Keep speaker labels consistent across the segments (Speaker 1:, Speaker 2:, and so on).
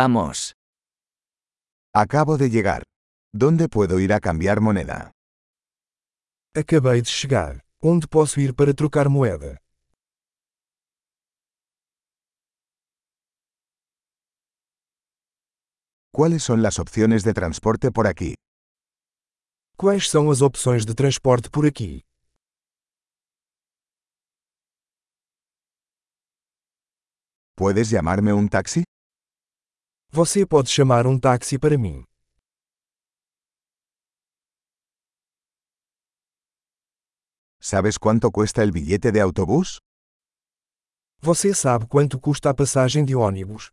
Speaker 1: Vamos.
Speaker 2: Acabo de llegar. ¿Dónde puedo ir a cambiar moneda?
Speaker 3: Acabei de chegar. Onde posso ir para trocar moeda?
Speaker 2: ¿Cuáles son las opciones de transporte por aquí?
Speaker 3: Quais são as opções de transporte por aqui?
Speaker 2: ¿Puedes llamarme un taxi?
Speaker 3: Você pode chamar um táxi para mim.
Speaker 2: ¿Sabes cuánto cuesta el billete de autobús?
Speaker 3: Você sabe quanto custa a passagem de ônibus?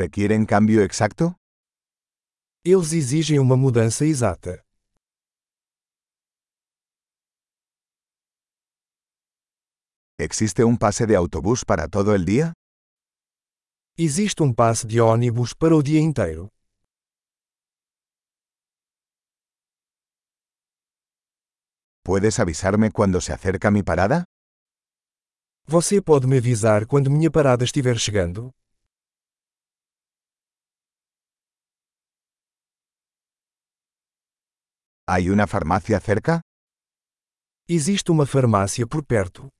Speaker 2: ¿Requieren cambio exacto?
Speaker 3: Eles exigem uma mudança exata.
Speaker 2: ¿Existe un pase de autobús para todo el día?
Speaker 3: Existe um passe de ônibus para o dia inteiro.
Speaker 2: ¿Puedes avisarme cuando se acerca mi parada?
Speaker 3: Você pode me avisar quando minha parada estiver chegando?
Speaker 2: ¿Hay una farmacia cerca?
Speaker 3: Existe uma farmácia por perto.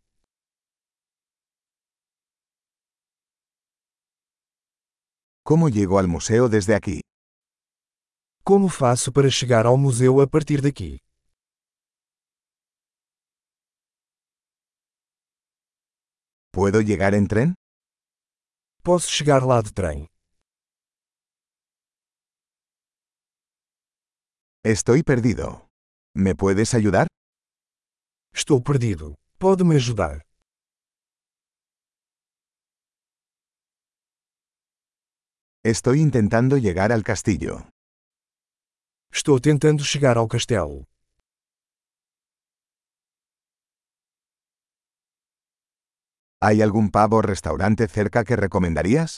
Speaker 2: ¿Cómo llego al museo desde aquí?
Speaker 3: Como faço para chegar ao museu a partir daqui?
Speaker 2: ¿Puedo llegar en tren?
Speaker 3: Posso chegar lá de trem.
Speaker 2: Estoy perdido. ¿Me puedes ayudar?
Speaker 3: Estou perdido. Pode me ajudar?
Speaker 2: Estoy intentando llegar al castillo.
Speaker 3: Estou tentando chegar ao castelo.
Speaker 2: ¿Hay algún pavo o restaurante cerca que recomendarías?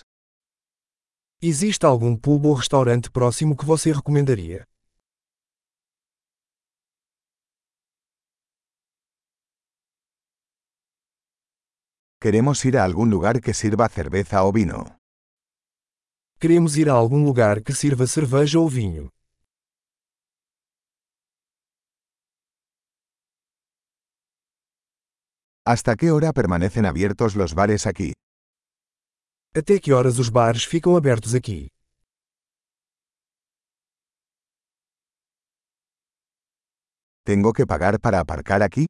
Speaker 3: Existe algum pub ou restaurante próximo que você recomendaria?
Speaker 2: Queremos ir a algún lugar que sirva cerveza o vino.
Speaker 3: Queremos ir a algum lugar que sirva cerveja ou vinho.
Speaker 2: ¿Hasta qué hora permanecen abiertos los bares aquí?
Speaker 3: Até que horas os bares ficam abertos aqui?
Speaker 2: ¿Tengo que pagar para aparcar aquí?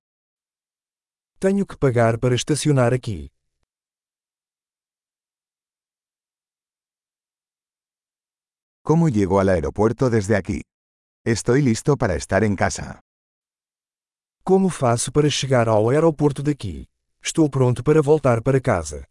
Speaker 3: Tenho que pagar para estacionar aqui.
Speaker 2: ¿Cómo llego al aeropuerto desde aquí? Estoy listo para estar en casa.
Speaker 3: Como faço para chegar ao aeroporto daqui? Estou pronto para voltar para casa.